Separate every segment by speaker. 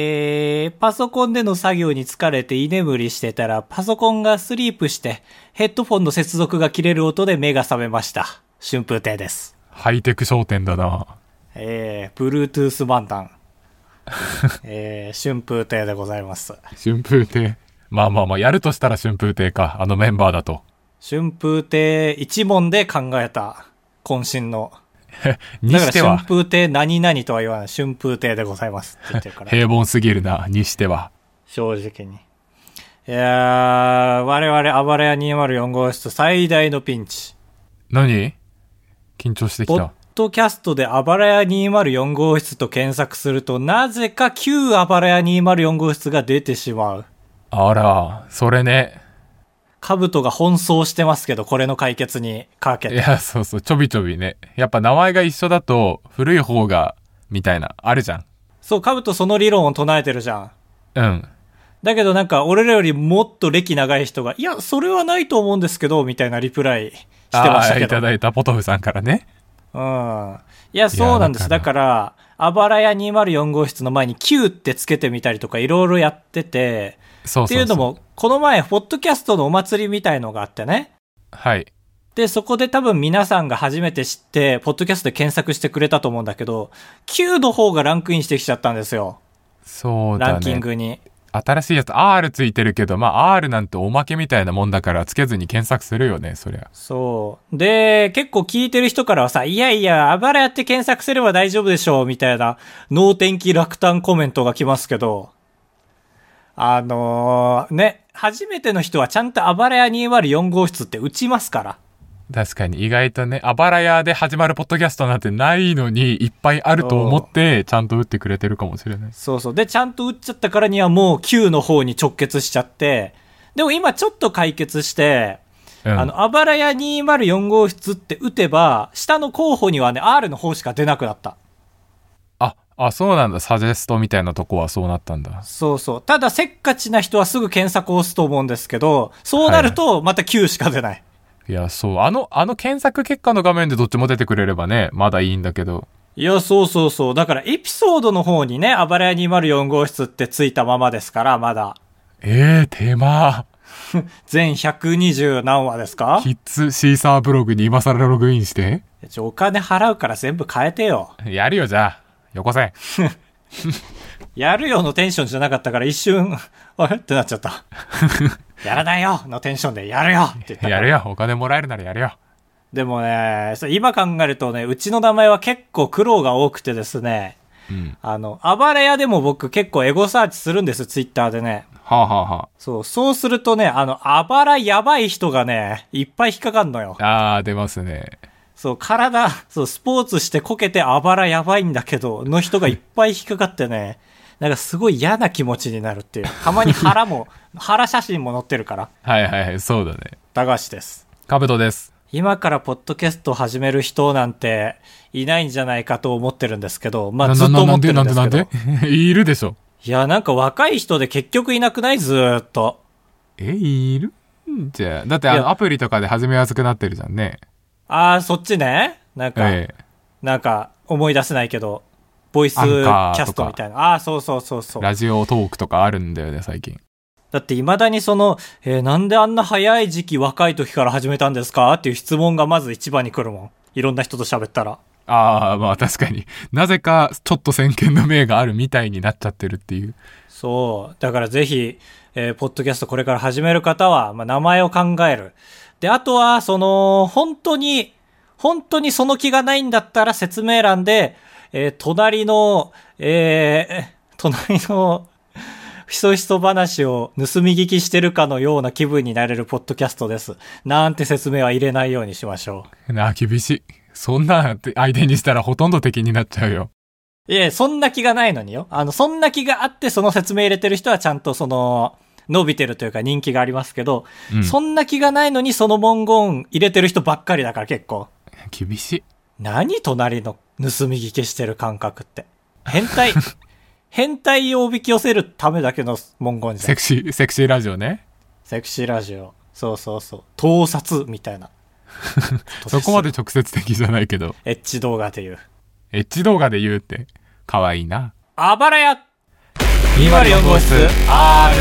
Speaker 1: えー、パソコンでの作業に疲れて居眠りしてたら、パソコンがスリープして、ヘッドフォンの接続が切れる音で目が覚めました。春風亭です。
Speaker 2: ハイテク商店だな。
Speaker 1: えー、Bluetooth 漫 談。えー、春風亭でございます。
Speaker 2: 春風亭。まあまあまあ、やるとしたら春風亭か。あのメンバーだと。
Speaker 1: 春風亭一問で考えた、渾身の。
Speaker 2: に
Speaker 1: だか
Speaker 2: して
Speaker 1: ら春
Speaker 2: は、
Speaker 1: 風亭何々とは言わない。春風亭でございますって言ってるから。
Speaker 2: 平凡すぎるな。にしては。
Speaker 1: 正直に。いやー、我々、暴れ屋204号室最大のピンチ。
Speaker 2: 何緊張してき
Speaker 1: ポッ
Speaker 2: た。
Speaker 1: ドキャストであばらや204号室と検索すると、なぜか旧あばらや204号室が出てしまう。
Speaker 2: あら、それね。
Speaker 1: カブトが奔走してますけど、これの解決にかけ
Speaker 2: い
Speaker 1: て。
Speaker 2: や、そうそう、ちょびちょびね。やっぱ名前が一緒だと、古い方が、みたいな、あるじゃん。
Speaker 1: そう、カブトその理論を唱えてるじゃん。
Speaker 2: うん。
Speaker 1: だけどなんか、俺らよりもっと歴長い人が、いや、それはないと思うんですけど、みたいなリプライしてました
Speaker 2: あー
Speaker 1: け
Speaker 2: いた
Speaker 1: ど。
Speaker 2: だいたポトフさんからね。
Speaker 1: うん。いや、そうなんです。
Speaker 2: いや
Speaker 1: だ
Speaker 2: だ
Speaker 1: か、
Speaker 2: から
Speaker 1: あばらや204号室の前に Q ってつけてみたりとか、いろいろやってて、
Speaker 2: そうそうそう。
Speaker 1: っていうの。も、この前、ポッドキャストのお祭りみたいのがあってね。
Speaker 2: はい。
Speaker 1: で、そこで多分皆さんが初めて知って、ポッドキャストで検索してくれたと思うんだけど、Q の方がランクインしてきちゃったんですよ。
Speaker 2: そうだね。
Speaker 1: ランキングに。
Speaker 2: 新しいやつ R ついてるけど、まあ R なんておまけみたいなもんだからつけずに検索するよね、そりゃ。
Speaker 1: そう。で、結構聞いてる人からはさ、いやいや、あばらやって検索すれば大丈夫でしょう、みたいな、脳天気落胆コメントが来ますけど、あのーね、初めての人はちゃんとあばらや204号室って打ちますから。
Speaker 2: 確かに意外とね、あばら屋で始まるポッドキャストなんてないのに、いっぱいあると思って、ちゃんと打ってくれてるかもしれない。
Speaker 1: そうそう。で、ちゃんと打っちゃったからにはもう Q の方に直結しちゃって、でも今ちょっと解決して、
Speaker 2: うん。
Speaker 1: あの、あばらや204号室って打てば、下の候補にはね、R の方しか出なくなった。
Speaker 2: あ、あ、そうなんだ。サジェストみたいなとこはそうなったんだ。
Speaker 1: そうそう。ただ、せっかちな人はすぐ検索を押すと思うんですけど、そうなると、また Q しか出ない。
Speaker 2: いや、そう。あの、あの検索結果の画面でどっちも出てくれればね、まだいいんだけど。
Speaker 1: いや、そうそうそう。だから、エピソードの方にね、あばらや204号室ってついたままですから、まだ。
Speaker 2: えー、手間。
Speaker 1: 全120何話ですか
Speaker 2: キッズシーサーブログに今更ログインして。
Speaker 1: ちょお金払うから全部変えてよ。
Speaker 2: やるよ、じゃあ。よこ せ。
Speaker 1: やるよのテンションじゃなかったから一瞬、 あれってなっちゃ った。やらないよのテンションでやるよって言ったから
Speaker 2: やるよ。お金もらえるならやるよ。
Speaker 1: でもね、そう今考えるとね、うちの名前は結構苦労が多くてですね、
Speaker 2: うん。
Speaker 1: あの、暴れ屋でも僕結構エゴサーチするんです、ツイッターでね。
Speaker 2: はあ、はあは
Speaker 1: そう、そうするとね、あの、あばらやばい人がね、いっぱい引っかかんのよ。
Speaker 2: あ、あー、出ますね。
Speaker 1: そう、体、そう、スポーツしてこけてあばらやばいんだけど、の人がいっぱい引っかかってね、 なんかすごい嫌な気持ちになるっていう。たまに腹も、 腹写真も載ってるから。
Speaker 2: はいはいはい、そうだね。
Speaker 1: 高橋です。
Speaker 2: カブトです。
Speaker 1: 今からポッドキャストを始める人なんていないんじゃないかと思ってるんですけど、まあずっと思ってるんです
Speaker 2: な
Speaker 1: け
Speaker 2: んで
Speaker 1: ど。
Speaker 2: なんで いるでしょ。
Speaker 1: いや、なんか若い人で結局いなくないずーっと。
Speaker 2: え、いるんじゃ。だって
Speaker 1: い
Speaker 2: あ
Speaker 1: や
Speaker 2: のアプリとかで始めやすくなってるじゃんね。
Speaker 1: あー、そっちね。なんか、
Speaker 2: ええ
Speaker 1: なんか思い出せないけど、ボイスキ
Speaker 2: アンカーとか
Speaker 1: ャストみたいな。あー、そうそうそうそう。
Speaker 2: ラジオトークとかあるんだよね、最近。
Speaker 1: だって未だにその、えーなんであんな早い時期若い時から始めたんですかっていう質問がまず一番に来るもん。いろんな人と喋ったら。
Speaker 2: ああ、まあ確かに。なぜか、ちょっと先見の明があるみたいになっちゃってるっていう。
Speaker 1: そう。だからぜひ、えーポッドキャストこれから始める方は、まあ、名前を考える。で、あとは、その、本当に、本当にその気がないんだったら説明欄で、えー隣の、えー 隣の、ひそひそ話を盗み聞きしてるかのような気分になれるポッドキャストです。なんて説明は入れないようにしましょ
Speaker 2: なあ、厳しい。そんな相手にしたらほとんど敵になっちゃうよ。
Speaker 1: う。いえ、そんな気がないのによ。あの、そんな気があってその説明入れてる人はちゃんとその、伸びてるというか人気がありますけど、
Speaker 2: うん、
Speaker 1: そんな気がないのにその文言入れてる人ばっかりだから結構。
Speaker 2: 厳しい。
Speaker 1: 何隣の盗み聞きしてる感覚って。変 態。変態をおびき寄せるためだけの文言じゃ
Speaker 2: セ
Speaker 1: ん。
Speaker 2: クシー、セクシーラジオね。
Speaker 1: セクシーラジオ。そうそうそう。盗撮みたいな。
Speaker 2: そこま
Speaker 1: で。
Speaker 2: で直接的じゃないけど。
Speaker 1: エッチ動画で言う。
Speaker 2: エッチ動画で言うって、可愛いな。
Speaker 1: あばらや204号室
Speaker 2: R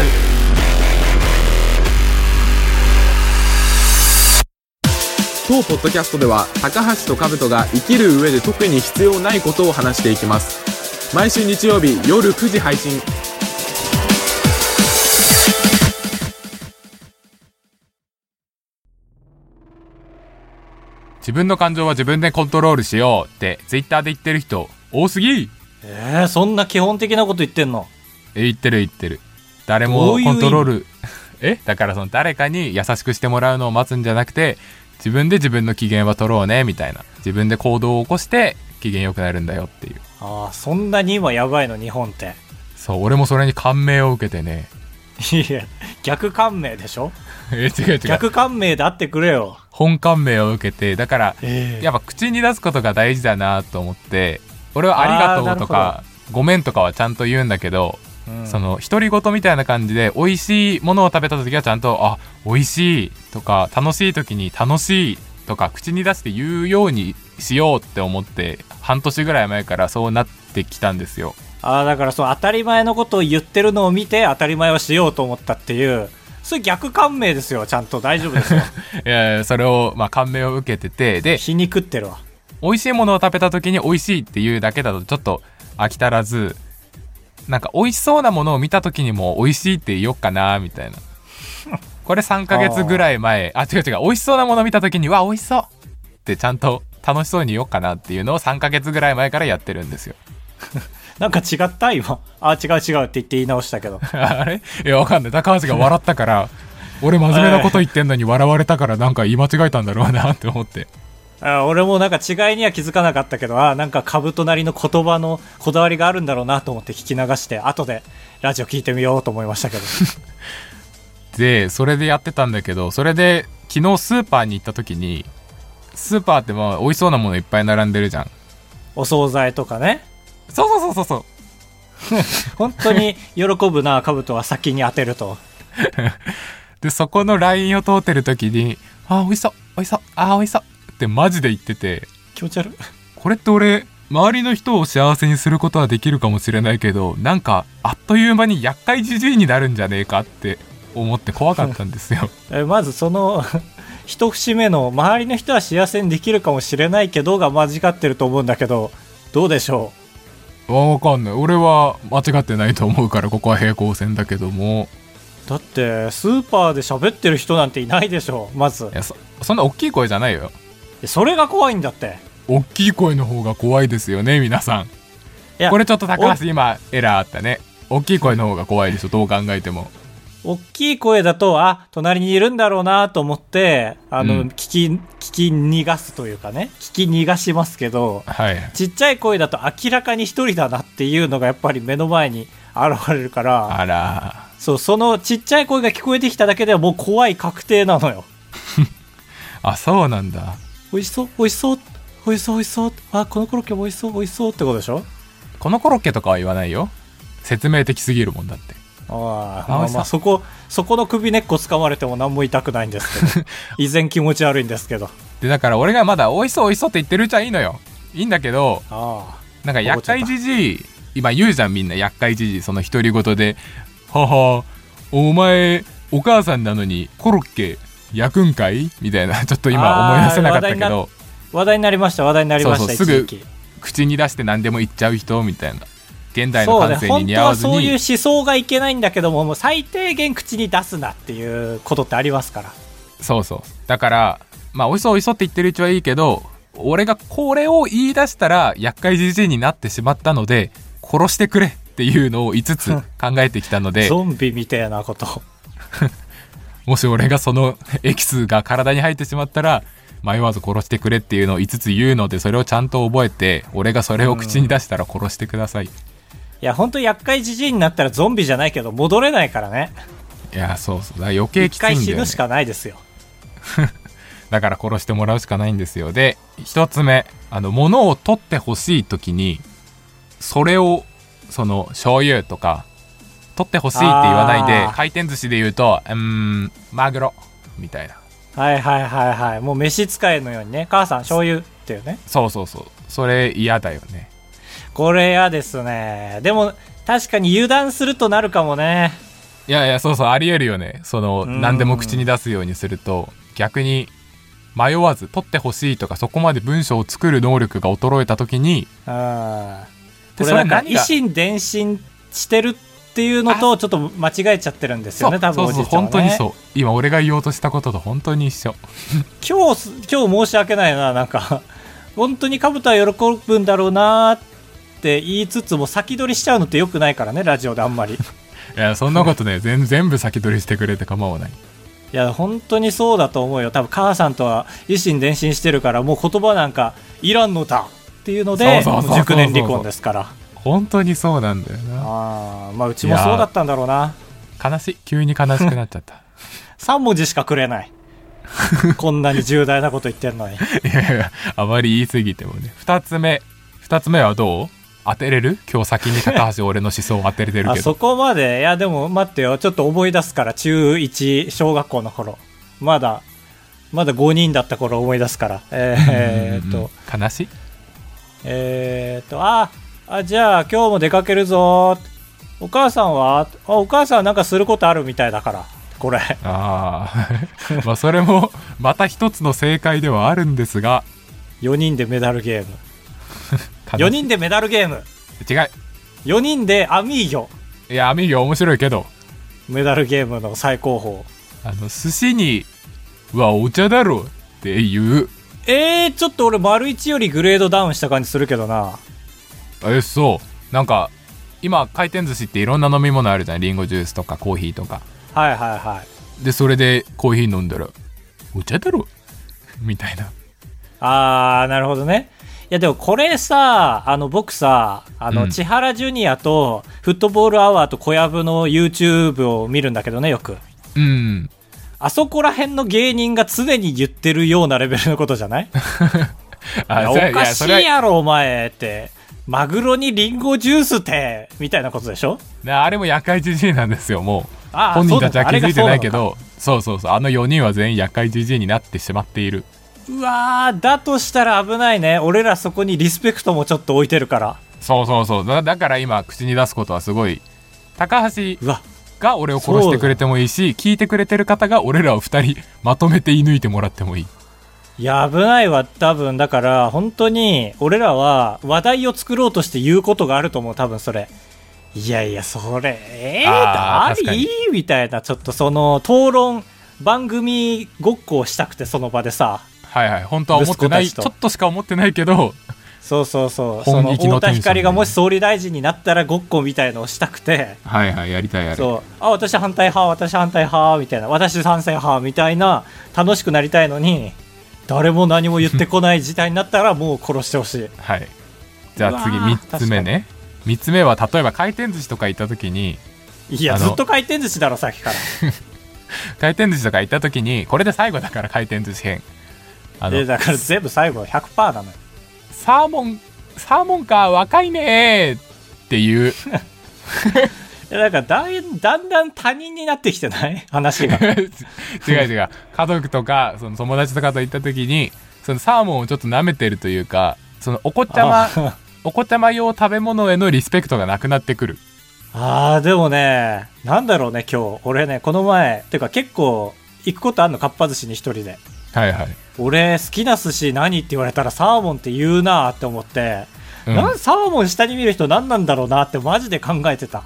Speaker 3: 当ポッドキャストでは高橋と兜が生きる上で特に必要ないことを話していきます毎週日曜日夜9時配信
Speaker 2: 自分の感情は自分でコントロールしようってツイッターで言ってる人多すぎ
Speaker 1: えー、そんな基本的なこと言ってんの
Speaker 2: え言ってる言ってる誰
Speaker 1: ど
Speaker 2: も
Speaker 1: ういう意
Speaker 2: コ
Speaker 1: 味
Speaker 2: ントロール えだからその誰かに優しくしてもらうのを待つんじゃなくて自分で自分の機嫌は取ろうねみたいな自分で行動を起こして機嫌良くなるんだよっていう
Speaker 1: ああそんなに今やばいの日本って
Speaker 2: そう俺もそれに感銘を受けてね
Speaker 1: いや逆感銘でしょ
Speaker 2: え違う違う
Speaker 1: 逆感銘であってくれよ
Speaker 2: 本感銘を受けてだから
Speaker 1: え
Speaker 2: やっぱ口に出すことが大事だなと思って俺は「ありがとう」と
Speaker 1: あーな
Speaker 2: か「ごめん」とかはちゃんと言うんだけど、
Speaker 1: うん
Speaker 2: その独り言みたいな感じで美味しいものを食べた時はちゃんと「あ美味しい」とか楽しい時に「楽しい」とか口に出して言うようにしようって思って半年ぐらい前からそうなってきたんですよ。
Speaker 1: ああだからそう当たり前のことを言ってるのを見て当たり前をしようと思ったっていうそれ逆感銘ですよちゃんと大丈夫ですよ
Speaker 2: いやいやそれをまあ感銘を受けててで
Speaker 1: 皮肉ってるわ
Speaker 2: 美味しいものを食べた時に美味しいっていうだけだとちょっと飽き足らずなんか美味しそうなものを見た時にも美味しいって言おっかなみたいなこれ3ヶ月ぐらい前あ違う違う美味しそうなものを見た時にわ美味しそうってちゃんと楽しそうに言おっかなっていうのを3ヶ月ぐらい前からやってるんですよ
Speaker 1: なんか違った今ああ違う違うって言って言い直したけど
Speaker 2: あれいやわかんない高橋が笑ったから俺真面目なこと言ってんのに笑われたからなんか言い間違えたんだろうなって思って
Speaker 1: ああ俺もなんか違いには気づかなかったけどああなんか兜なりの言葉のこだわりがあるんだろうなと思って聞き流して後でラジオ聞いてみようと思いましたけど
Speaker 2: でそれでやってたんだけどそれで昨日スーパーに行った時にスーパーってまあ美味しそうなものいっぱい並んでるじゃん
Speaker 1: お惣菜とかね
Speaker 2: そうそうそうそうそう
Speaker 1: 本当に喜ぶな兜は先に当てると
Speaker 2: でそこのラインを通ってる時に「あー美味しそう美味しそうあー美味しそう」ってマジで言ってて
Speaker 1: 気持ち悪い
Speaker 2: これって俺周りの人を幸せにすることはできるかもしれないけどなんかあっという間に厄介じじいになるんじゃねえかって思って怖かったんですよ
Speaker 1: えまずその 一節目の周りの人は幸せにできるかもしれないけどが間違ってると思うんだけどどうでしょ
Speaker 2: わかんない俺は間違ってないと思うからここは平行線だけども
Speaker 1: うだってスーパーで喋ってる人なんていないでしょまず
Speaker 2: いやそそんな大きい声じゃないよ
Speaker 1: それが怖いんだって
Speaker 2: 大きい声の方が怖いですよね皆さん
Speaker 1: いや
Speaker 2: これちょっと高橋今エラーあったね大きい声の方が怖いでしょどう考えても
Speaker 1: 大きい声だとあ隣にいるんだろうなと思ってあの、
Speaker 2: うん
Speaker 1: 聞き聞き逃がすというかね聞き逃しますけど
Speaker 2: はい
Speaker 1: ちっちゃい声だと明らかに一人だなっていうのがやっぱり目の前に現れるから
Speaker 2: あら
Speaker 1: そう、そのちっちゃい声が聞こえてきただけではもう怖い確定なのよ。
Speaker 2: あそうなんだ
Speaker 1: 美味しそう、美味しそう、美味しそう、美味しそう。あ、このコロッケも美味しそう、美味しそうってことでしょ
Speaker 2: このコロッケとかは言わないよ説明的すぎるもんだって
Speaker 1: ああ、ま
Speaker 2: あ美
Speaker 1: あ
Speaker 2: 味しそう
Speaker 1: まあ、そこ、そこの首根っこ掴まれても何も痛くないんです けど。依然気持ち悪いんですけど。
Speaker 2: でだから俺がまだ美味しそう美味しそうって言ってるうちはいいのよいいんだけど
Speaker 1: あ
Speaker 2: なんか厄介
Speaker 1: 怒っち
Speaker 2: じじい今言うじゃんみんな厄介じじいその独り言で「ははお前お母さんなのにコロッケ焼くんかい?」みたいなちょっと今思い出せなかったけ
Speaker 1: あー話題にな
Speaker 2: ど
Speaker 1: あ、話題になりました、話題になりました、
Speaker 2: そうそうすぐ
Speaker 1: 一時期。
Speaker 2: 口に出して何でも言っちゃう人みたいな現代の
Speaker 1: そうね、
Speaker 2: 感性に
Speaker 1: 本
Speaker 2: 似
Speaker 1: 当
Speaker 2: 合わ
Speaker 1: は
Speaker 2: ず
Speaker 1: そういう
Speaker 2: に
Speaker 1: 思想がいけないんだけども、もう最低限口に出すなっていうことってありますから。
Speaker 2: そうそうだからまあおいしそうおいしそうって言ってるうちはいいけど俺がこれを言い出したら厄介じじいになってしまったので殺してくれっていうのを5つ考えてきたので
Speaker 1: ゾンビみたいなこと。
Speaker 2: もし俺がそのエキスが体に入ってしまったら迷わず殺してくれっていうのを5つ言うのでそれをちゃんと覚えて俺がそれを口に出したら殺してください、
Speaker 1: いや、本当厄介じじいになったらゾンビじゃないけど、戻れないからね。
Speaker 2: いやそうそうだから余計き
Speaker 1: 一
Speaker 2: つい
Speaker 1: 回
Speaker 2: んだ
Speaker 1: 死
Speaker 2: よ、ね
Speaker 1: ぬ、しかないですよ。
Speaker 2: だから殺してもらうしかないんですよで一つ目あの物を取ってほしい時にそれをその醤油とか取ってほしいって言わない
Speaker 1: あ
Speaker 2: で
Speaker 1: ー
Speaker 2: 回転寿司で言うとうーんマグロみたいな
Speaker 1: はいはいはいはい。もう飯使いのようにね。母さん、醤油っていうね。
Speaker 2: そうそうそうそれ嫌だよね
Speaker 1: これ嫌ですね。でも、確かに油断するとなるかもね。
Speaker 2: いやいやそうそうありえるよねその
Speaker 1: うん
Speaker 2: 何でも口に出すようにすると逆に迷わず取ってほしいとかそこまで文章を作る能力が衰えた時に
Speaker 1: ああ。こ
Speaker 2: で
Speaker 1: れ
Speaker 2: それ
Speaker 1: なんか、
Speaker 2: 何
Speaker 1: 維
Speaker 2: が
Speaker 1: 心伝心してるっていうのと、ちょっと間違えちゃってるんですよね、多分
Speaker 2: そ
Speaker 1: お
Speaker 2: う
Speaker 1: じ
Speaker 2: そう
Speaker 1: いちゃん
Speaker 2: 本
Speaker 1: は、ね。
Speaker 2: 当にそう今俺が言おうとしたことと本当に一緒
Speaker 1: 今日す、今日申し訳ないな、なんか、 本当にかぶたは喜ぶんだろうなーって言いつつも、先取りしちゃうのってよくないからね、ラジオであんまり。い
Speaker 2: いやそんなことね全全部先取りしてくれて構わない
Speaker 1: や、本当にそうだと思うよ。多分、母さんとは維心伝心してるから、もう言葉なんか、いらんのだっていうので、
Speaker 2: そうそうそうそう
Speaker 1: もう熟年離婚ですから。
Speaker 2: 本当にそうなんだよな
Speaker 1: ああ、まあ、うちもそうだったんだろうな。
Speaker 2: 悲しい急に悲しくなっちゃった
Speaker 1: 3文字しかくれない。こんなに重大なこと言ってんのに。
Speaker 2: いやいやあまり言い過ぎてもね2つ目2つ目はどう当てれる今日先に高橋俺の思想を当てれてる
Speaker 1: あ
Speaker 2: け
Speaker 1: そ
Speaker 2: ど
Speaker 1: こまで、いやでも待ってよ、ちょっと思い出すから、中1、小学校の頃。まだ、まだ5人だった頃思い出すから。えー、っ
Speaker 2: うんうん
Speaker 1: と、
Speaker 2: うん悲しい
Speaker 1: えー、っと、あ、あ、じゃあ今日も出かけるぞ。お母さんはあ、お母さんなんかすることあるみたいだから、これ。
Speaker 2: ああ まあそれもまた一つの正解ではあるんですが
Speaker 1: 4人でメダルゲーム。
Speaker 2: 悲しい
Speaker 1: 4人でメダルゲーム。
Speaker 2: 違
Speaker 1: 4人でアミーヨ。
Speaker 2: いいやアミーゴ面白いけど
Speaker 1: メダルゲームの最高峰。
Speaker 2: あの寿司にはお茶だろっていう
Speaker 1: えー、ちょっと俺、丸1よりグレードダウンした感じするけどな。
Speaker 2: えそうなんか今回転寿司っていろんな飲み物あるじゃんリンゴジュースとかコーヒーとか
Speaker 1: はいはいはい。
Speaker 2: でそれでコーヒー飲んだらお茶だろみたいな
Speaker 1: あー、なるほどね。いや、でもこれさ、あの、僕さ、あの、
Speaker 2: うん
Speaker 1: 千原ジュニアと、フットボールアワーと小籔の YouTube を見るんだけどね、よく。
Speaker 2: うん
Speaker 1: あそこら辺の芸人が常に言ってるようなレベルのことじゃ ないいや
Speaker 2: それ
Speaker 1: おかし
Speaker 2: それ
Speaker 1: いやろ、お前って。マグロにリンゴジュースって、みたいなことでしょ
Speaker 2: なあれも夜会じじいなんですよもう
Speaker 1: あー
Speaker 2: 本人たちは
Speaker 1: そう
Speaker 2: 気
Speaker 1: なの
Speaker 2: づいてないけ
Speaker 1: あれがそうな
Speaker 2: どそうそうそうあの4人は全員夜会じじいになってしまっている
Speaker 1: うわー、だとしたら危ないね。俺らそこにリスペクトもちょっと置いてるから。
Speaker 2: そうそうそうだだから今口に出すことはすごい高橋
Speaker 1: うわ、
Speaker 2: が俺を殺してくれてもいいし聞いてくれてる方が俺らを2人まとめて射抜いてもらってもいい
Speaker 1: いや、危ないわ、多分。だから、本当に、俺らは、話題を作ろうとして言うことがあると思う、多分それ。いやいや、それ、えー、
Speaker 2: あー
Speaker 1: あ
Speaker 2: 確か
Speaker 1: り
Speaker 2: に
Speaker 1: みたいな、ちょっとその、討論、番組ごっこをしたくて、その場でさ。
Speaker 2: はいはい本当は思ってない
Speaker 1: 息
Speaker 2: ち
Speaker 1: 子たちと
Speaker 2: ょっとしか思ってないけど
Speaker 1: そうそうそう。そ
Speaker 2: 本
Speaker 1: の、
Speaker 2: 域の
Speaker 1: 太田
Speaker 2: テンションね
Speaker 1: 光がもし総理大臣になったらごっこみたいのをしたくて、
Speaker 2: はいはいやりたいや
Speaker 1: そう、あ、私反対派、私反対派、みたいな、私賛成派、みたいな、楽しくなりたいのに、誰も何も言ってこない事態になったら、もう殺してほしい。
Speaker 2: はいじゃあ次
Speaker 1: うわー
Speaker 2: 3つ目ね3つ目は例えば回転寿司とか行った時に
Speaker 1: いや、
Speaker 2: あの
Speaker 1: ずっと回転寿司だろ、さっきから。
Speaker 2: 回転寿司とか行った時にこれで最後だから回転寿司編あ
Speaker 1: で、
Speaker 2: の
Speaker 1: だから全部最後100%なのよ。
Speaker 2: サーモンサーモンか若いねーっていう
Speaker 1: でだからだい、だんだん他人になってきてない 話が。
Speaker 2: 違う違う家族とかその友達とかと行った時にそのサーモンをちょっと舐めてるというかそのお子ちゃま
Speaker 1: あ
Speaker 2: お子ちゃま用食べ物へのリスペクトがなくなってくる
Speaker 1: あー、でもね、なんだろうね、今日。俺ね、この前、てか結構、行くことあんの、かっぱ寿司に一人で。
Speaker 2: はいはい、
Speaker 1: 俺、好きな寿司何って言われたらサーモンって言うなーって思って、
Speaker 2: うん
Speaker 1: なんサーモン下に見る人何なんだろうなってマジで考えてた。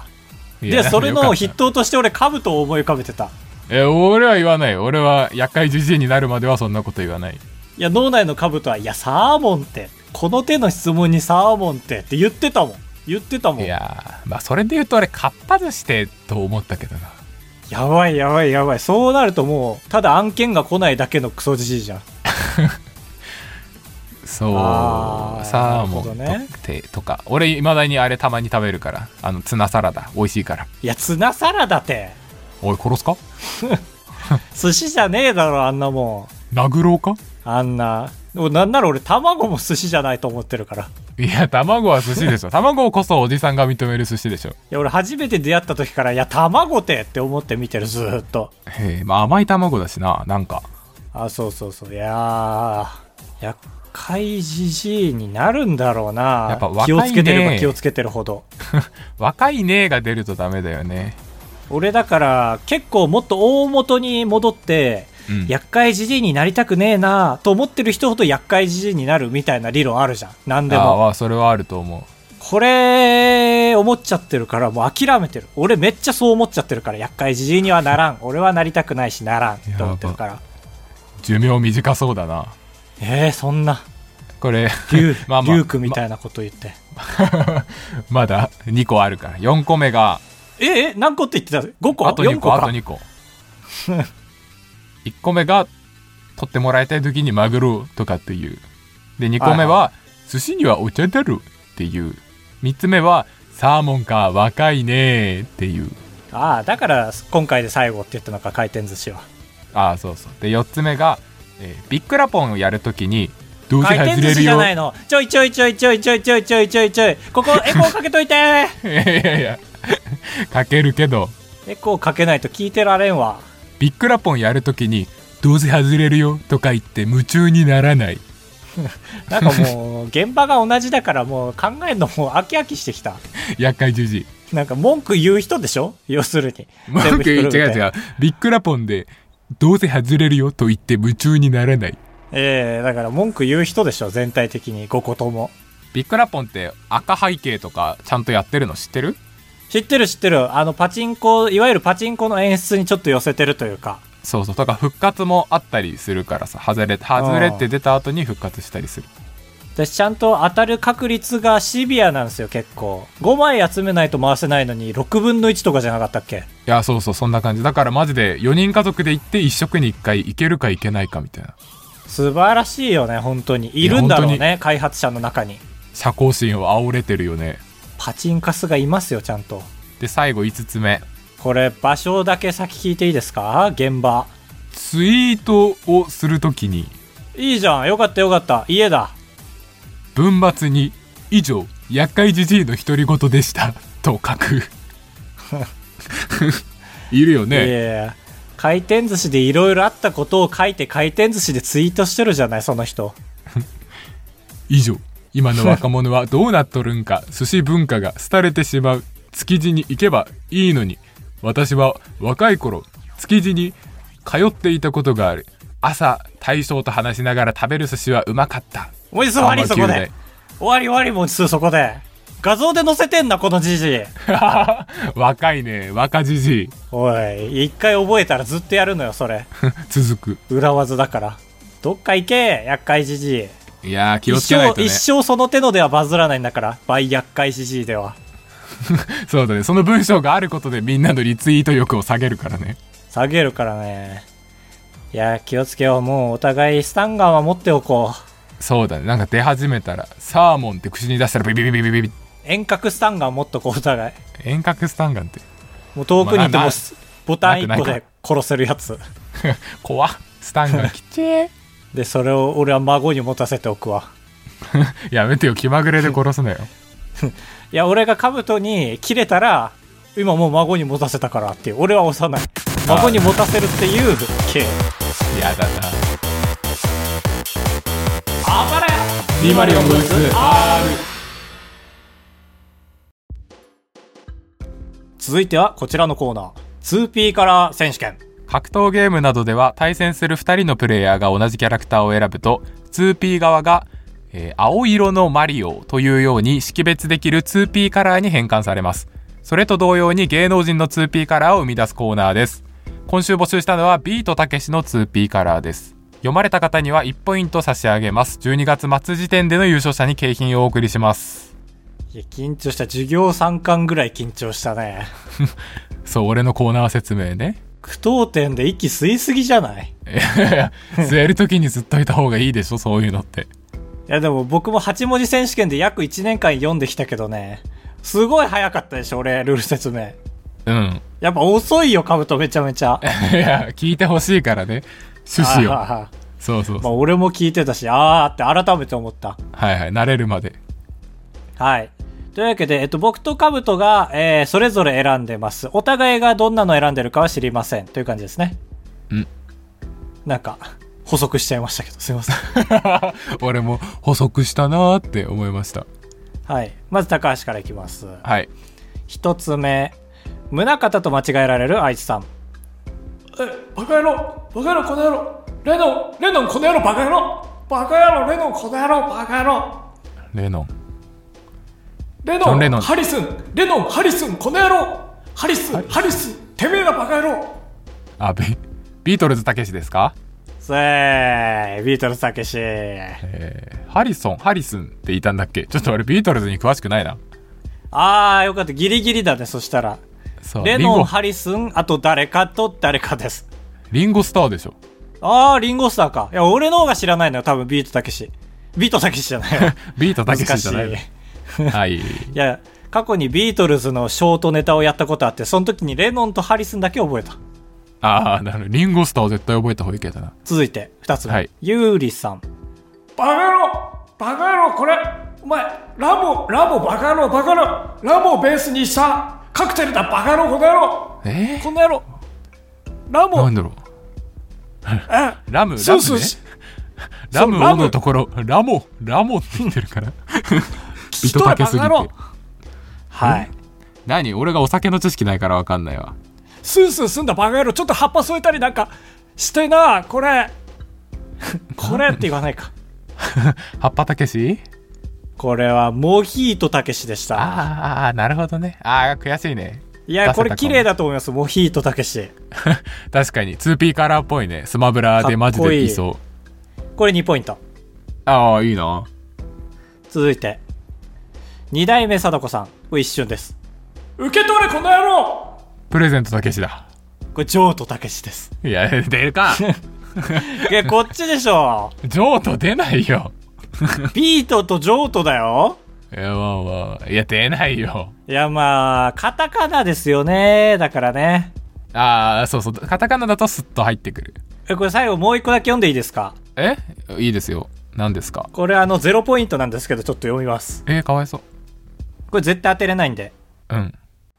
Speaker 2: いや
Speaker 1: で、それ
Speaker 2: よか
Speaker 1: の
Speaker 2: った
Speaker 1: 筆頭として俺、兜を思い浮かべてた。
Speaker 2: え俺は言わない俺は厄介じじいになるまではそんなこと言わない
Speaker 1: いや、脳内の兜は、いや、サーモンって、この手の質問にサーモンってって言ってたもん。言ってたもん。
Speaker 2: いやーまあそれで言うと俺かっぱ寿司ってと思ったけどな
Speaker 1: やばいやばいやばい。そうなるともう、ただ案件が来ないだけのクソじじいじゃん。
Speaker 2: そう
Speaker 1: あー
Speaker 2: サーモンと,、
Speaker 1: なるほどね
Speaker 2: てとか俺いまだにあれたまに食べるからあのツナサラダ美味しいから
Speaker 1: いや、ツナサラダって、
Speaker 2: おい殺すか
Speaker 1: 寿司じゃねえだろ、あんなもん。
Speaker 2: 殴ろうか
Speaker 1: あんな。でもなんなら俺、卵も寿司じゃないと思ってるから。い
Speaker 2: いや卵は寿司でし ょ卵こそおじさんが認める寿司でしょ
Speaker 1: や、俺初めて出会った時から、いや、卵ってって思って見てる、ずーっと。
Speaker 2: へえまあ甘い卵だしななんか
Speaker 1: あ、そうそうそう。いやー、やっ若いじじいになるんだろうな
Speaker 2: やっぱ若
Speaker 1: 気をつ
Speaker 2: いね
Speaker 1: けてれば気をつけてるほど
Speaker 2: 若いねーが出るとダメだよね。
Speaker 1: 俺だから結構もっと大元に戻って
Speaker 2: うん。
Speaker 1: 厄介じじいになりたくねえなと思ってる人ほど厄介じじいになるみたいな理論あるじゃん何で
Speaker 2: あ
Speaker 1: も
Speaker 2: あ、それはあると思う。
Speaker 1: これ思っちゃってるからもう諦めてる俺めっちゃそう思っちゃってるから厄介じじいにはな らん俺はなりたくないしならんと思ってるから
Speaker 2: 寿命短そうだな。
Speaker 1: えー、そん な
Speaker 2: こ れ、
Speaker 1: 竜
Speaker 2: まあまあ
Speaker 1: 竜君みたいなこと言って、
Speaker 2: まだ2個あるから。4個目が、
Speaker 1: ええ何個って言ってた ?5 個
Speaker 2: あと2
Speaker 1: ?4 個
Speaker 2: 個、あ
Speaker 1: か
Speaker 2: と2個。1個目が、取ってもらいたい時にマグロとかっていう。で、2個目
Speaker 1: は
Speaker 2: は、寿司にはお茶だろっていう。3つ目は、サーモンか、若いねーっていう。
Speaker 1: ああだから今回で最後って言ったのか回転寿司は
Speaker 2: ああ、そうそう。で、4つ目が、えービックラポンをやるときに、どうせ
Speaker 1: 回
Speaker 2: 外
Speaker 1: 転
Speaker 2: れ
Speaker 1: 寿司
Speaker 2: る
Speaker 1: じゃ
Speaker 2: よ。
Speaker 1: ないのちょいちょいちょいちょいちょいちょいちょいちょいちょいこ こエコーかけといて
Speaker 2: いや いやいや、かけるけど、
Speaker 1: エコーかけないと聞いてられんわ
Speaker 2: ビックラポンやるときに、どうせ外れるよとか言って夢中にならない。
Speaker 1: なんか もう現場が同じだからもう考えるのもう飽き飽きしてきた
Speaker 2: 厄介じじい。
Speaker 1: なんか文句言う人でしょ要するに
Speaker 2: 文句言う違う違
Speaker 1: う
Speaker 2: う。ビックラポンで、どうせ外れるよと言って夢中にならない。
Speaker 1: ええだから文句言う人でしょ全体的に5個とも
Speaker 2: ビックラポンって赤背景とかちゃんとやってるの知ってる
Speaker 1: 知ってる知ってるあのパチンコいわゆるパチンコの演出にちょっと寄せてるというか
Speaker 2: そうそう。とか復活もあったりするからさ、外れ、外れって出た後に復活したりする。
Speaker 1: 私ちゃんと当たる確率がシビアなんですよ結構5枚集めないと回せないのに6分の1とかじゃなかったっけ
Speaker 2: いや、そうそう、そんな感じ。だからマジで4人家族で行って1食に1回行けるか行けないかみたいな。
Speaker 1: 素晴らしいよね本当にいるんだろうね開発者の中に
Speaker 2: 社交心を煽れてるよね。
Speaker 1: パチンカスがいますよちゃんと
Speaker 2: で、最後5つ目。
Speaker 1: これ場所だけ先聞いていいですか現場
Speaker 2: ツイートをするときに、
Speaker 1: いいじゃんよかったよかった家だ
Speaker 2: 文末に、以上、厄介じじいの独り言でした。 と書く。いるよ
Speaker 1: いや
Speaker 2: ね。
Speaker 1: いや回転寿司でいろいろあったことを書いて回転寿司でツイートしてるじゃないその人
Speaker 2: 以上、今の若者はどうなっとるんか、 寿司文化が廃れてしまう。築地に行けばいいのに。私は若い頃、築地に通っていたことがある。朝、大将と話しながら食べる寿司はうまかった。
Speaker 1: もう終わりそこ
Speaker 2: あんま急
Speaker 1: で終わり終わりもうすぐそこで画像で載せてんなこのじじい
Speaker 2: 若いね若じじい
Speaker 1: おい一回覚えたらずっとやるのよそれ
Speaker 2: 続
Speaker 1: 裏技だからどっか行け厄介じじい
Speaker 2: くいやー気をつけないとね
Speaker 1: 一生一生その手のではバズらないんだから倍厄介じじいでは
Speaker 2: そうだねその文章があることでみんなのリツイート欲を下げるからね
Speaker 1: 下げるからねいや気をつけようもうお互いスタンガンは持っておこう
Speaker 2: そうだねなんか出始めたらサーモンって口に出したらビビビビビビビ
Speaker 1: 遠隔スタンガン持っとこうお互い
Speaker 2: 遠隔スタンガンって
Speaker 1: もう遠くにいて
Speaker 2: まあ
Speaker 1: も
Speaker 2: な
Speaker 1: ボタン1個
Speaker 2: なくな
Speaker 1: で殺せるやつ
Speaker 2: 怖っスタンガンきちー
Speaker 1: でそれを俺は孫に持たせておくわ
Speaker 2: やめてよ気まぐれで殺すなよ
Speaker 1: いや俺が兜に切れたら今もう孫に持たせたからっていう俺は幼い孫に持たせるっていう系
Speaker 2: やだな
Speaker 1: あばれ
Speaker 2: リマリオンブース
Speaker 1: 続いてはこちらのコーナー 2P カラー選手権
Speaker 2: 格闘ゲームなどでは対戦する2人のプレイヤーが同じキャラクターを選ぶと 2P 側が、えー青色のマリオというように識別できる 2P カラーに変換されますそれと同様に芸能人の 2P カラーを生み出すコーナーです今週募集したのはビートたけしの 2P カラーです読まれた方には1ポイント差し上げます12月末時点での優勝者に景品をお送りします
Speaker 1: いや緊張した授業3巻ぐらい緊張したね
Speaker 2: そう俺のコーナー説明ね
Speaker 1: 句読点で息吸いすぎじゃない
Speaker 2: いやいや吸える時に吸っといた方がいいでしょそういうのって
Speaker 1: いやでも僕も8文字選手権で約1年間読んできたけどねすごい早かったでしょ俺ルール説明
Speaker 2: うん
Speaker 1: やっぱ遅いよカブトめちゃめちゃ
Speaker 2: いや、聞いてほしいからね。趣旨
Speaker 1: あ
Speaker 2: を。
Speaker 1: ーあ
Speaker 2: そうそ う
Speaker 1: ーま
Speaker 2: そ
Speaker 1: あ
Speaker 2: う。
Speaker 1: 俺も聞いてたしあーって改めて思った
Speaker 2: はいはい。慣れるまで。
Speaker 1: はい。というわけで、えっと、僕とカブトが、えーそれぞれ選んでます。お互いがどんなの選んでるかは知りません。という感じですね。
Speaker 2: うん。
Speaker 1: なんか、補足しちゃいましたけど、すいません。
Speaker 2: 俺も補足したなーって思いました
Speaker 1: はい。まず高橋からいきます。
Speaker 2: はい
Speaker 1: 一つ目。宗方と間違えられる愛知さん。え、バカ野郎バカ野郎この野郎レノンレノンこの野郎バカ野郎バカ野郎レノンこの野郎バカ野郎
Speaker 2: レノン
Speaker 1: レ
Speaker 2: ジョンレノン
Speaker 1: ハリスンレノンハリスンこの野郎ハリスンハリスンてめえらバカ野郎
Speaker 2: あビビートルズたけしですか、
Speaker 1: せーいビートルズたけし
Speaker 2: えーハリソンハリスンって言ったんだっけちょっと俺ビートルズに詳しくないな
Speaker 1: あーよかったギリギリだねそしたら
Speaker 2: そう
Speaker 1: レ
Speaker 2: リン
Speaker 1: ノン
Speaker 2: ゴ
Speaker 1: ハリスンあと誰かと誰かです
Speaker 2: リンゴスターでしょ
Speaker 1: あーリンゴスターかいや俺の方が知らないのよ多分ビートたけしビートたけしじゃないよ
Speaker 2: ビー トた
Speaker 1: 難
Speaker 2: けし
Speaker 1: し
Speaker 2: じ
Speaker 1: い
Speaker 2: ゃない
Speaker 1: い
Speaker 2: はい
Speaker 1: や過去にビートルズのショートネタをやったことあってその時にレノンとハリスンだけ覚えた
Speaker 2: ああなるほどリンゴスターを絶対覚えた方がいいけどな
Speaker 1: 続いて2つ目、
Speaker 2: はい
Speaker 1: ゆうりさんバカ野郎バカ野郎これお前ラボラボバカ野郎バカ野郎ラボをベースにしたカクテルだバカ野郎この野郎
Speaker 2: えー、
Speaker 1: この野郎ラボ
Speaker 2: なんだろうラムラム、ね、ラム
Speaker 1: そうラ
Speaker 2: オ
Speaker 1: ム
Speaker 2: のところラモラモって言ってるから
Speaker 1: 聞き取れ
Speaker 2: 糸かけすぎて
Speaker 1: バカ野郎はい
Speaker 2: 何俺がお酒の知識ないからわかんないわ
Speaker 1: スースーすんだバカ野郎ちょっと葉っぱ添えたりなんかしてなこ れこれって言わないか
Speaker 2: 葉っぱたけし
Speaker 1: これはモヒートたけしでした
Speaker 2: ああなるほどねああ悔しいね
Speaker 1: いやこれ
Speaker 2: 出せたかも
Speaker 1: 綺麗だと思いますモヒートたけし
Speaker 2: 確かに 2P カラーっぽいねスマブラでマジ
Speaker 1: かっこい
Speaker 2: で
Speaker 1: い
Speaker 2: いそう
Speaker 1: これ2ポイント
Speaker 2: ああいいな
Speaker 1: 続いて二代目貞子さんこれ一瞬です受け取れこの野郎
Speaker 2: プレゼントたけしだ
Speaker 1: これ譲渡たけしです
Speaker 2: いや 出 るか
Speaker 1: いやこっちでし ょ
Speaker 2: 譲渡出ないよ
Speaker 1: ビートと譲渡だよ
Speaker 2: いやまあまあいや出ないよ
Speaker 1: いやまあカタカナですよねだからね
Speaker 2: ああそうそうカタカナだとスッと入ってくる
Speaker 1: えこれ最後もう一個だけ読んでいいですか
Speaker 2: えいいですよ何ですか
Speaker 1: これあのゼロポイントなんですけどちょっと読みます
Speaker 2: えー、かわいそう
Speaker 1: これ絶対当てれないんで
Speaker 2: うん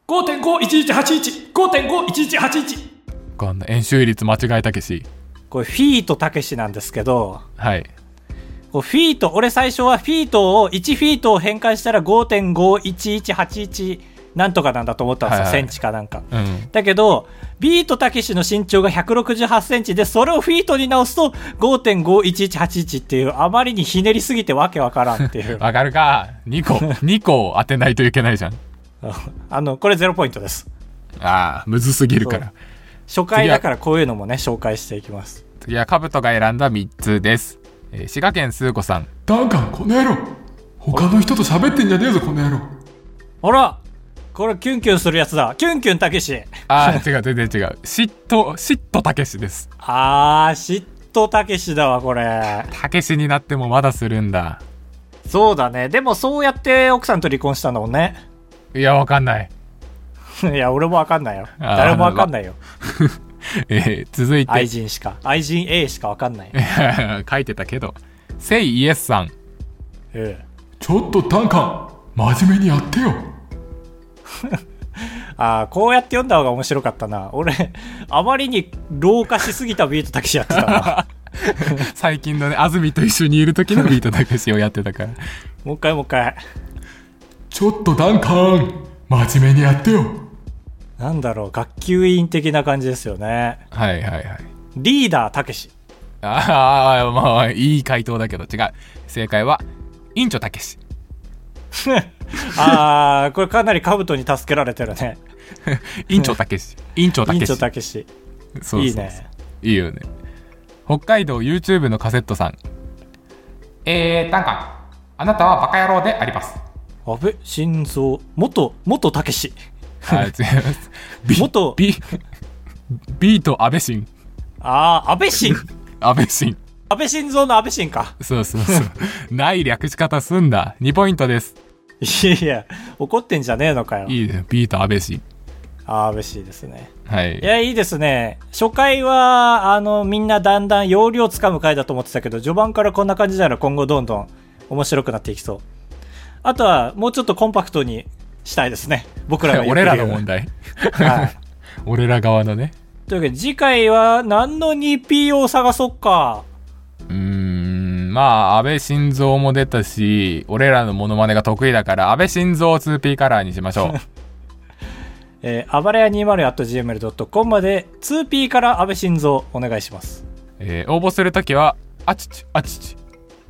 Speaker 1: 5.51181 5.51181
Speaker 2: こんな円周率間違えたけし
Speaker 1: これフィートたけしなんですけど
Speaker 2: はい
Speaker 1: こうフィート、俺最初はフィートを、1フィートを変換したら5.51181なんとかなんだと思ったんですよ、
Speaker 2: はいはい
Speaker 1: センチかなんか。
Speaker 2: うん。
Speaker 1: だけど、ビートたけしの身長が168センチで、それをフィートに直すと5.51181っていう、あまりにひねりすぎてわけわからんっていう
Speaker 2: わかるか2個2個を当てないといけないじゃん
Speaker 1: あの、これゼロポイントです。
Speaker 2: ああむずすぎるから
Speaker 1: 初回だからこういうのもね、紹介していきます。
Speaker 2: 次はカブトが選んだ3つです、えー滋賀県スー子さん
Speaker 4: ダンカンこの野郎他の人と喋ってんじゃねえぞこの野郎
Speaker 1: あらこれキュンキュンするやつだ。キュンキュンたけし。
Speaker 2: ああ違う全然違う嫉妬嫉妬たけしです
Speaker 1: あー、嫉妬たけしだわ、これ。
Speaker 2: たけしになってもまだするんだ
Speaker 1: そうだね。でもそうやって奥さんと離婚したんだもんね。
Speaker 2: いやわかんない、
Speaker 1: いや、俺もわかんないよ。
Speaker 2: あー
Speaker 1: 誰もわかんないよ。
Speaker 2: えー続い
Speaker 1: 愛
Speaker 2: て
Speaker 1: 人しか。愛人 A しかわかんない。
Speaker 2: 書いてたけどセイイエスさん
Speaker 1: うん
Speaker 4: ちょっとダンカン真面目にやってよ
Speaker 1: ああ、こうやって読んだ方が面白かったな。俺、あまりに老化しすぎたビートたけしやってた な。
Speaker 2: 最近のね安住と一緒にいる時のビートたけしをやってたから
Speaker 1: もう一回もう一回。
Speaker 4: ちょっとダンカン真面目にやってよ
Speaker 1: なんだろう、学級委員的な感じですよね。
Speaker 2: はいはいはい
Speaker 1: リーダーたけし。
Speaker 2: ああまあいい回答だけど違う正解は院長たけし
Speaker 1: あ あ、これかなり兜に助けられてるね。
Speaker 2: 院長たけ し院長た
Speaker 1: 委員
Speaker 2: けし
Speaker 1: 長たけし。
Speaker 2: そうそうそう
Speaker 1: いいね。
Speaker 2: いいよね北海道 YouTube のカセットさんえー、ダンカンあなたはバカ野郎であ ります
Speaker 1: 安倍晋三、元、元たけし。
Speaker 2: あ違いますビ
Speaker 1: 元
Speaker 2: ビビート安倍晋
Speaker 1: ああ、安倍晋。
Speaker 2: 安倍晋
Speaker 1: 安倍晋三の安倍晋か。
Speaker 2: そうそうそう ない略し方すんだ2ポイントです
Speaker 1: いやいや、怒ってんじゃねえのかよ。
Speaker 2: いいねビート安倍晋
Speaker 1: ああ、嬉しいですね。
Speaker 2: はい
Speaker 1: いや、いいですね。初回は、あの、みんなだんだん要領つかむ回だと思ってたけど、序盤からこんな感じなら今後どんどん面白くなっていきそう。あとは、もうちょっとコンパクトにしたいですね。僕らが
Speaker 2: 俺らの問
Speaker 1: 問
Speaker 2: 題
Speaker 1: 題。はい。
Speaker 2: 俺ら側のね
Speaker 1: というわけで、次回は何の 2P を探そっか。
Speaker 2: うーん、まあ、安倍晋三も出たし、俺らのモノマネが得意だから、安倍晋三を 2P カラーにしまし ょう。
Speaker 1: えー、暴れや 20.gmail.com まで 2P から安倍晋三お願いします。
Speaker 2: えー応募するときは、あちち、あちち、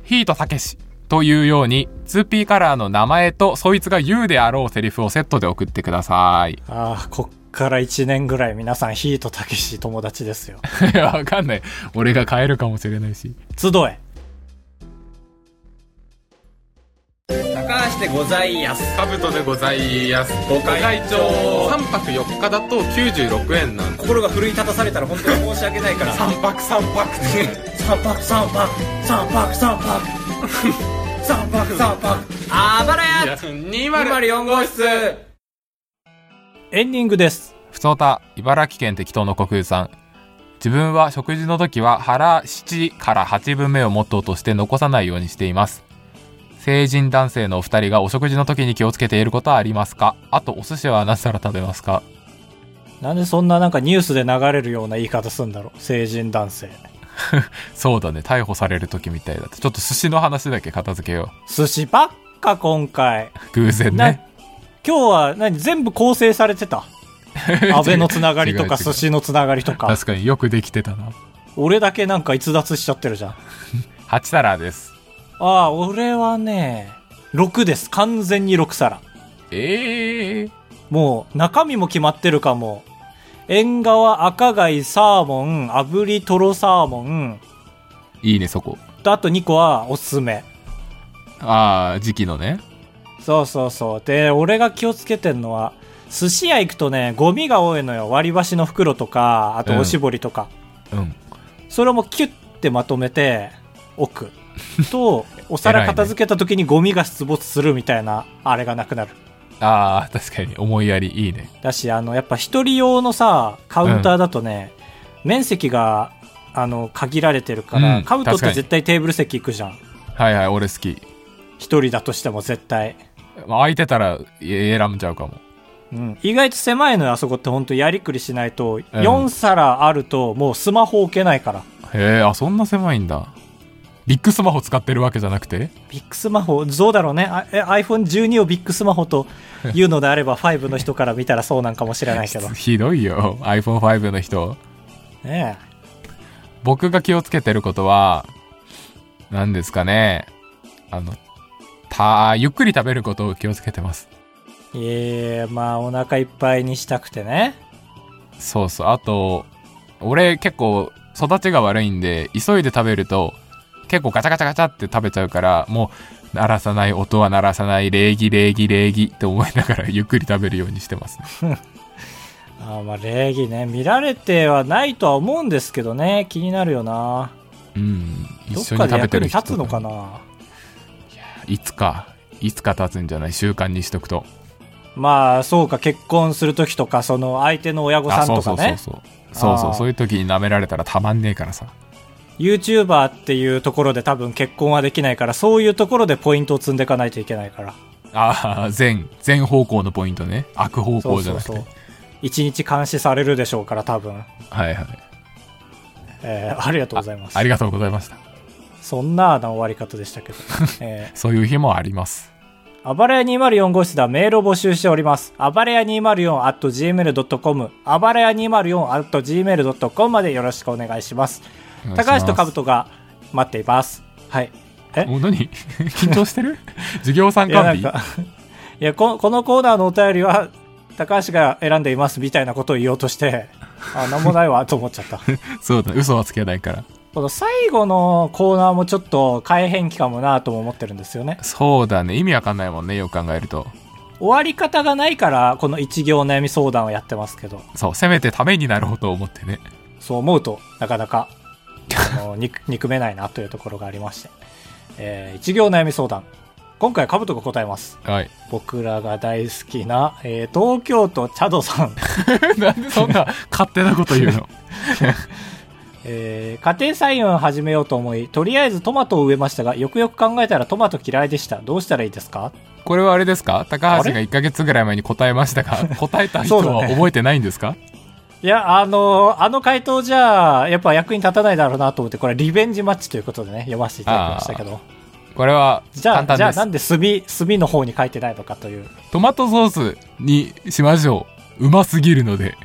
Speaker 2: ヒートたけしというように、2P カラーの名前と、そいつが言うであろうセリフをセットで送ってください。
Speaker 1: ああ、こっから1年ぐらい皆さんヒートたけし友達ですよ。
Speaker 2: いや、わかんない。俺が変えるかもしれないし。
Speaker 1: 集え。
Speaker 5: 高橋でございやす
Speaker 3: カブトでございますご
Speaker 5: 会長
Speaker 3: 3泊4日だと96円なんです
Speaker 5: 心が奮い立たされたら本当に申し訳ないから三泊三泊三泊三泊三泊三泊三泊三泊あばらや204号室
Speaker 1: エンディングです。
Speaker 2: ふつおた、茨城県適当の国有さん。自分は食事の時は腹7から8分目をモットーとして残さないようにしています。成人男性のお二人がお食事の時に気をつけていることはありますかあと、お寿司は何皿食べますか
Speaker 1: なんでそんななんかニュースで流れるような言い方すんだろう。成人男性。
Speaker 2: そうだね、逮捕される時みたいだって。ちょっと寿司の話だけ片付けよ
Speaker 1: 寿司ばっか今回。
Speaker 2: う。偶然
Speaker 1: な
Speaker 2: ね。
Speaker 1: 今日は何全部構成されて た。安倍のつながりとか
Speaker 2: 違う違う
Speaker 1: 寿司のつながりとか。
Speaker 2: 確かによくできてたな。
Speaker 1: 俺だけなんか逸脱しちゃってるじゃん。
Speaker 2: 8皿です。
Speaker 1: ああ、俺はね、6です。完全に6皿。
Speaker 2: ええー。
Speaker 1: もう中身も決まってるかも。縁側、赤貝、サーモン、炙り、トロサーモン。
Speaker 2: いいね、そこ。
Speaker 1: とあと2個はおすすめ。
Speaker 2: ああ、時期のね。
Speaker 1: そうそうそう。で、俺が気をつけてんのは、寿司屋行くとね、ゴミが多いのよ。割り箸の袋とか、あとおしぼりとか。
Speaker 2: うん。
Speaker 1: それもキュッてまとめて、置く。 と、お皿
Speaker 2: 偉いね
Speaker 1: 片付けた時にゴミが出没するみたいな、あれがなくなる。
Speaker 2: ああ、確かに思いやりいいね。
Speaker 1: だし、あの、やっぱ一人用のさ、カウンターだとね、面積が、あの、限られてるから、
Speaker 2: うん
Speaker 1: カウントっ
Speaker 2: 確か
Speaker 1: て
Speaker 2: に
Speaker 1: 絶対テーブル席行くじゃん。
Speaker 2: はいはい、俺好き。
Speaker 1: 一人だとしても絶対。
Speaker 2: まあ、空いてたらえ選んじゃうかも。
Speaker 1: うん、意外と狭いのよ、あそこって本当やりくりしないと、
Speaker 2: うん
Speaker 1: 4皿あるともうスマホ置けないから。
Speaker 2: へえ、あ、そんな狭いんだ。ビッグスマホ使ってるわけじゃなくて
Speaker 1: ビッグスマホ、そうだろうね。あえ iPhone12 をビッグスマホというのであれば、5の人から見たらそうなんかもしれない けど。
Speaker 2: ひどいよ。iPhone5 の人。
Speaker 1: ねえ
Speaker 2: 僕が気をつけてることは、何ですかね。あの、た、ゆっくり食べることを気をつけてます。
Speaker 1: ええまあお腹いっぱいにしたくてね。
Speaker 2: そうそう。あと、俺結構育ちが悪いんで、急いで食べると、結構ガチャガチャガチャって食べちゃうから、もう、鳴らさない、音は鳴らさない、礼儀、礼儀、礼儀って思いながら ゆっくり食べるようにしてます。
Speaker 1: あーまあ礼儀ね、見られてはないとは思うんですけどね、気になるよな。
Speaker 2: うん。一
Speaker 1: どっ
Speaker 2: 緒
Speaker 1: か
Speaker 2: に
Speaker 1: で
Speaker 2: 食べ
Speaker 1: 役
Speaker 2: て
Speaker 1: に
Speaker 2: る人
Speaker 1: 立つのかない
Speaker 2: つか、いつか立つんじゃない習慣にしとくと。
Speaker 1: まあそうか、結婚するときとか、その相手の親御さん
Speaker 2: そ
Speaker 1: と
Speaker 2: うそ
Speaker 1: か
Speaker 2: うそう
Speaker 1: ね。
Speaker 2: そう。そうそ
Speaker 1: あ
Speaker 2: う、
Speaker 1: ー
Speaker 2: そういう時に舐められたらたまんねえからさ。
Speaker 1: YouTuber っていうところで多分結婚はできないから、そういうところでポイントを積んでいかないといけないから。
Speaker 2: ああ、全、全方向のポイントね。悪方
Speaker 1: そ
Speaker 2: 向
Speaker 1: う
Speaker 2: じゃ
Speaker 1: そう
Speaker 2: なくて。
Speaker 1: そう。一日監視されるでしょうから、多分。
Speaker 2: はいはい。
Speaker 1: えーあり がとうございます。
Speaker 2: ありがとうございました。
Speaker 1: そんなな終わり方でしたけど。えー
Speaker 2: そういう日もあります。
Speaker 1: あばれや204号室ではメールを募集しております。あばれや 204.gmail.com、あばれや 204.gmail.com までよろしくお願いします。高橋と兜
Speaker 2: と。
Speaker 1: が待っています。はい。え
Speaker 2: お、何 緊張し てる授業参
Speaker 1: いや、な
Speaker 2: 観
Speaker 1: ん
Speaker 2: 日
Speaker 1: か、 いやこ、このコーナーのお便りは、高橋が選んでいますみたいなことを言おうとして、あ、なんもないわと思っちゃった。
Speaker 2: そうだ、嘘はつけないから。
Speaker 1: この最後のコーナーもちょっと改変期かもなとも思ってるんですよね。
Speaker 2: そうだね。意味わかんないもんね。よく考えると。
Speaker 1: 終わり方がないから、この一行悩み相談をやってますけど。
Speaker 2: そう、せめてためになろうと思ってね。
Speaker 1: そう思うとなかなかあの 憎憎めないなというところがありまして、えー一行悩み相談今回カブトが答えます
Speaker 2: はい。
Speaker 1: 僕らが大好きな、えー東京都チャドさん、
Speaker 2: なんでそんな勝手なこと言 うの
Speaker 1: えー家庭菜園を始めようと思いとりあえずトマトを植えましたがよくよく考えたらトマト嫌いでしたどうしたらいいですか
Speaker 2: これはあれですか高
Speaker 1: あ
Speaker 2: 橋
Speaker 1: れ
Speaker 2: が1ヶ月ぐらい前に答えましたが、答えた人
Speaker 1: そう
Speaker 2: は
Speaker 1: だね
Speaker 2: 覚えてないんですか
Speaker 1: いや、あのあの回答じゃ、やっぱ役に立たないだろうなと思って、これ、リベンジマッチということでね、読ませていただきましたけど。
Speaker 2: これは
Speaker 1: じゃ
Speaker 2: 簡
Speaker 1: あ、じゃ
Speaker 2: 単
Speaker 1: あ
Speaker 2: です
Speaker 1: なんで炭、炭の方に書いてないのかという。
Speaker 2: トマトソースにしましょううますぎるので